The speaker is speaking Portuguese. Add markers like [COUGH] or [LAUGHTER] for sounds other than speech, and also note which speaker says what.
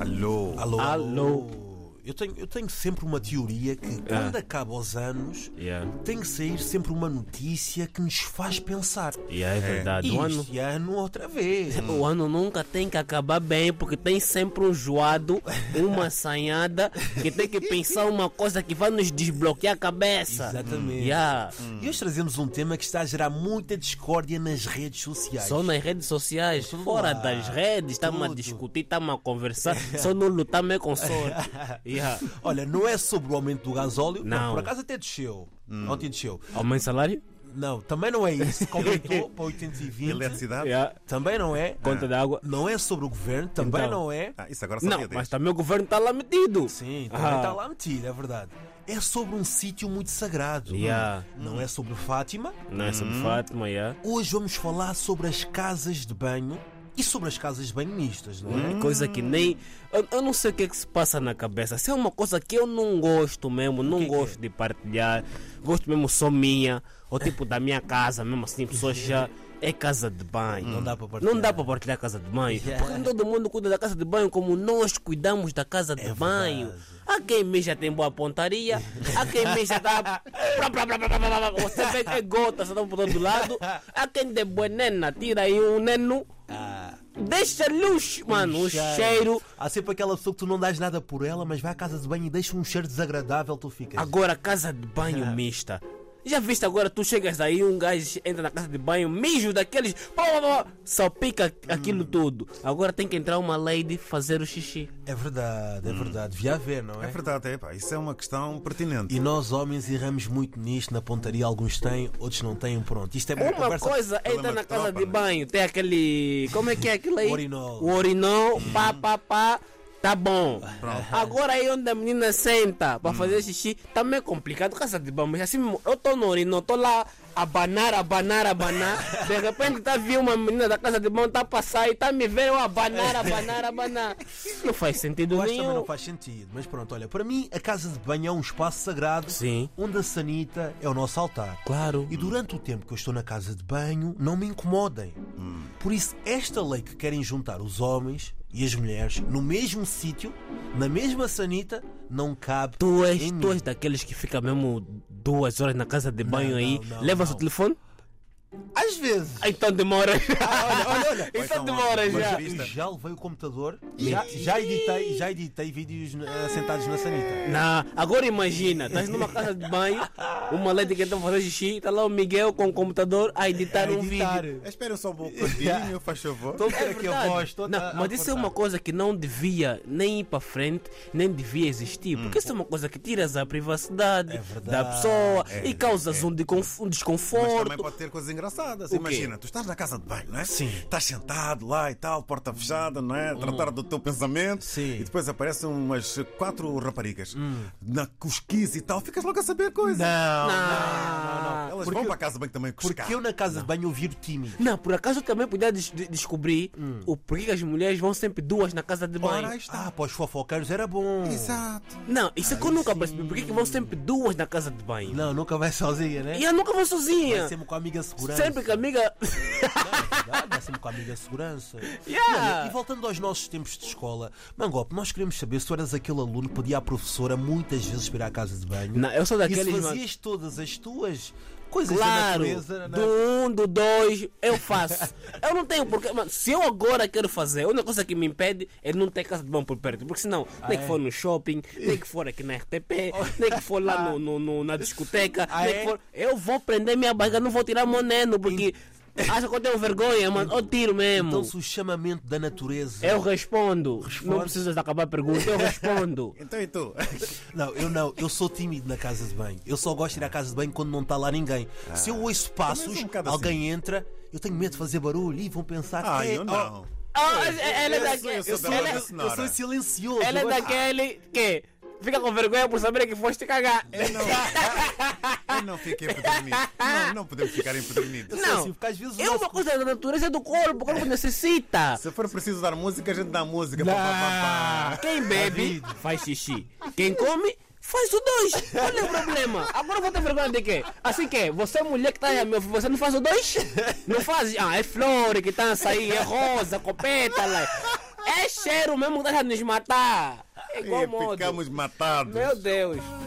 Speaker 1: Alô.
Speaker 2: Alô.
Speaker 3: Alô.
Speaker 2: Eu tenho, eu tenho sempre uma teoria que
Speaker 1: Ah.
Speaker 2: quando acaba os anos
Speaker 3: Yeah.
Speaker 2: tem que sair sempre uma notícia que nos faz pensar.
Speaker 3: Yeah, é verdade.
Speaker 1: Um
Speaker 3: O ano,
Speaker 2: Este ano outra vez.
Speaker 1: É
Speaker 3: o ano nunca tem que acabar bem, porque tem sempre um joado,
Speaker 2: [LAUGHS]
Speaker 3: uma assanhada, que tem que pensar uma coisa que vai nos desbloquear a cabeça.
Speaker 2: Exatamente.
Speaker 3: Yeah.
Speaker 2: E hoje trazemos um tema que está a gerar muita discórdia nas redes sociais.
Speaker 3: Só nas redes sociais,
Speaker 2: Tudo
Speaker 3: fora
Speaker 2: lá.
Speaker 3: das redes, estamos a
Speaker 2: Tudo.
Speaker 3: discutir, estamos a
Speaker 2: [LAUGHS]
Speaker 3: conversar, só no lutar meio com sorte. Yeah.
Speaker 2: Olha, não é sobre o aumento do gasóleo.
Speaker 3: Não. Hum.
Speaker 2: por acaso até desceu. Ontem desceu.
Speaker 3: Aumenta o salário?
Speaker 2: Não, também não é
Speaker 3: [LAUGHS]
Speaker 2: isso. Aumentou para 820.
Speaker 1: Eletricidade?
Speaker 3: Yeah.
Speaker 2: Também não é.
Speaker 3: é Conta da água?
Speaker 2: Não é sobre o governo. Também
Speaker 3: Então.
Speaker 2: não é.
Speaker 1: Ah, isso agora sabia
Speaker 3: Não,
Speaker 1: deste.
Speaker 3: mas também o governo está lá metido.
Speaker 2: Sim, também
Speaker 3: Ah.
Speaker 2: está lá metido, é verdade. É sobre um sítio muito sagrado.
Speaker 3: Yeah.
Speaker 2: Não é sobre Fátima.
Speaker 3: Não é
Speaker 2: Uhum.
Speaker 3: sobre Fátima, yeah.
Speaker 2: Hoje vamos falar sobre as casas de banho e sobre as casas de banho mistas, não é?
Speaker 3: Coisa que nem. Eu, eu não sei o que é que se passa na cabeça. Se é uma coisa que eu não gosto mesmo, não gosto de partilhar, gosto mesmo só minha, ou tipo da minha casa mesmo, assim, pessoas já. É casa de banho. Não
Speaker 2: dá pra
Speaker 3: Não
Speaker 2: partilhar.
Speaker 3: dá para partilhar casa de banho.
Speaker 2: Yeah.
Speaker 3: Porque todo mundo cuida da casa de banho como nós cuidamos da casa de banho. Há quem mesmo tem boa pontaria, há quem mesmo está. Você vê que é gota, você está por todo lado. Há quem de boa nena, tira aí um neno. Deixa luz, mano, o cheiro.
Speaker 2: Há sempre aquela pessoa que tu não dás nada por ela, mas vai à casa de banho e deixa um cheiro desagradável, tu ficas.
Speaker 3: Agora, casa de banho [LAUGHS] mista. Já viste agora, tu chegas aí, um gajo entra na casa de banho, mijo daqueles, pá, pá, pá, salpica aquilo tudo. Agora tem que entrar uma lady fazer o xixi.
Speaker 2: É verdade, é verdade. Devia haver, não
Speaker 1: É
Speaker 2: é?
Speaker 1: verdade, é, pá, isso é uma questão pertinente.
Speaker 2: E nós homens erramos muito nisto, na pontaria alguns têm, outros não têm, pronto. Isto é uma,
Speaker 3: Uma
Speaker 2: conversa.
Speaker 3: coisa é entrar
Speaker 1: problema
Speaker 3: na
Speaker 1: de
Speaker 3: casa
Speaker 1: tropa,
Speaker 3: de
Speaker 1: né?
Speaker 3: banho, tem aquele. Como é que é aquilo aí?
Speaker 2: O urinol. Hum.
Speaker 3: O urinol, pá, pá, pá. Tá bom. Agora aí onde a menina senta
Speaker 2: Hum.
Speaker 3: para fazer xixi, tá meio complicado. Casa de banho, mas assim, mesmo, eu tô no urinol, tô lá a abanar, abanar, abanar. De repente tá vindo uma menina da casa de banho, tá a passar e tá me vendo eu abanar, abanar, abanar. Não faz sentido
Speaker 2: Eu acho que também
Speaker 3: nenhum.
Speaker 2: não faz sentido, mas pronto, olha, para mim a casa de banho é um espaço sagrado
Speaker 3: Sim.
Speaker 2: onde a sanita é o nosso altar.
Speaker 3: Claro.
Speaker 2: E durante o tempo que eu estou na casa de banho, não me incomodem. Por isso, esta lei que querem juntar os homens e as mulheres no mesmo sítio, na mesma sanita, não cabe.
Speaker 3: Tu és,
Speaker 2: em mim.
Speaker 3: tu és daqueles que fica mesmo duas horas na casa de banho
Speaker 2: não,
Speaker 3: aí,
Speaker 2: não,
Speaker 3: leva o
Speaker 2: não.
Speaker 3: seu telefone.
Speaker 2: Às vezes.
Speaker 3: Ah, Então demora.
Speaker 2: Olha, olha, olha.
Speaker 1: Ou
Speaker 3: Então
Speaker 1: então,
Speaker 3: demora
Speaker 1: uma
Speaker 3: já.
Speaker 1: entrevista.
Speaker 2: Eu
Speaker 3: [LAUGHS]
Speaker 2: já levei o computador, já, já editei, já editei vídeos eh, sentados na sanita.
Speaker 3: Não, agora imagina, estás numa casa de banho, uma lady que está fazendo xixi, está lá o Miguel com o computador a editar um
Speaker 2: Editar. [LAUGHS]
Speaker 3: vídeo.
Speaker 1: Espera só um
Speaker 3: [LAUGHS]
Speaker 1: bocadinho, faz favor.
Speaker 2: Estou a ter
Speaker 3: É
Speaker 2: aqui a
Speaker 3: verdade.
Speaker 2: voz toda.
Speaker 3: Não,
Speaker 2: a- a
Speaker 3: mas isso é uma
Speaker 2: cortar.
Speaker 3: coisa que não devia nem ir para frente, nem devia existir, porque isso é uma coisa que tiras a privacidade
Speaker 2: É verdade.
Speaker 3: da pessoa
Speaker 1: É,
Speaker 3: e causas um, deconf- um
Speaker 1: Mas
Speaker 3: desconforto.
Speaker 1: também pode ter coisas engraçadas.
Speaker 3: O quê?
Speaker 1: Imagina, tu estás na casa de banho, não é? Sim. Estás sentado lá e tal, porta fechada, não é? Tratar do teu pensamento.
Speaker 2: Sim.
Speaker 1: E depois aparecem umas quatro raparigas na cosquice e tal, ficas logo a saber coisas.
Speaker 2: um- Não,
Speaker 3: Ah.
Speaker 1: Elas vão para a casa de banho também cuscar.
Speaker 2: Porque eu na casa de banho eu viro tímido.
Speaker 3: Não, por acaso eu também podia des- de- descobrir o porquê que as mulheres vão sempre duas na casa de banho.
Speaker 1: Ora, aí está.
Speaker 2: Ah, para os fofoceiros era bom.
Speaker 1: Exato.
Speaker 3: Não, isso é que eu nunca percebi. Porquê que vão sempre duas na casa de banho?
Speaker 2: Não, nunca vai sozinha, né?
Speaker 3: E eu nunca vou sozinha.
Speaker 2: Vai sempre com a amiga segurança.
Speaker 3: Sempre que a amiga.
Speaker 2: é Verdade, vai sempre com a amiga segurança.
Speaker 3: Yeah.
Speaker 2: Olha, e voltando aos nossos tempos de escola, Mangope, nós queremos saber se tu eras aquele aluno que pedia à professora muitas vezes para ir à casa de banho.
Speaker 3: Não, eu sou
Speaker 2: e se
Speaker 3: daqueles. mano,
Speaker 2: fazias todas as tuas coisas
Speaker 3: Claro,
Speaker 2: da natureza. né?
Speaker 3: do um, do dois, eu faço. eu não tenho porquê. Mano, se eu agora quero fazer, a única coisa que me impede é não ter casa de banho por perto. Porque senão, nem que for no shopping, nem que for aqui na RTP, nem que for lá no, no- no- na discoteca,
Speaker 2: Ah,
Speaker 3: nem
Speaker 2: é?
Speaker 3: que for. Eu vou prender minha barriga, não vou tirar moneno, porque acho que eu tenho vergonha, mano. Eu tiro mesmo.
Speaker 2: Então, se o chamamento da natureza.
Speaker 3: Eu respondo. Não precisas acabar a pergunta, eu respondo.
Speaker 1: Então e tu?
Speaker 2: Não, eu não, eu sou tímido na casa de banho. Eu só gosto de ir à casa de banho quando não está lá ninguém. Se
Speaker 3: Ah.
Speaker 2: eu ouço passos,
Speaker 1: um bocado
Speaker 3: assim.
Speaker 2: alguém entra, eu tenho medo de fazer barulho e vão pensar
Speaker 1: Ah,
Speaker 2: que
Speaker 1: [LAUGHS]
Speaker 2: é-
Speaker 1: eu não.
Speaker 3: Ah, ela é
Speaker 1: eu sou-
Speaker 3: daquele.
Speaker 1: eu sou da
Speaker 3: ela-
Speaker 1: Olha,
Speaker 2: Eu, eu sou
Speaker 1: senhora.
Speaker 2: silencioso.
Speaker 3: ela é
Speaker 2: eu gosto-
Speaker 3: daquele que fica com vergonha por saber que foste
Speaker 2: [LAUGHS]
Speaker 3: cagar.
Speaker 2: É,
Speaker 1: Eu não, eu não fiquei empedernido. Não, não podemos ficar empedernidos.
Speaker 2: sou
Speaker 3: Não,
Speaker 2: assim, porque às vezes o
Speaker 3: é
Speaker 2: nosso-
Speaker 3: uma coisa da natureza do corpo, o corpo
Speaker 2: [LAUGHS]
Speaker 3: necessita.
Speaker 1: Se for preciso dar música, a gente dá música. Pá, pá, pá, pá.
Speaker 3: Quem bebe, faz xixi. Quem come, faz o dois. Qual é o problema? Agora eu vou ter vergonha de quê? Assim que, você é mulher que tá aí, meu, você não faz o dois? Não faz? Ah, é flor que tá a sair, é rosa, com pétala. É é cheiro mesmo que tá a nos matar. É igual
Speaker 1: E
Speaker 3: modo.
Speaker 1: ficamos matados.
Speaker 3: Meu Deus.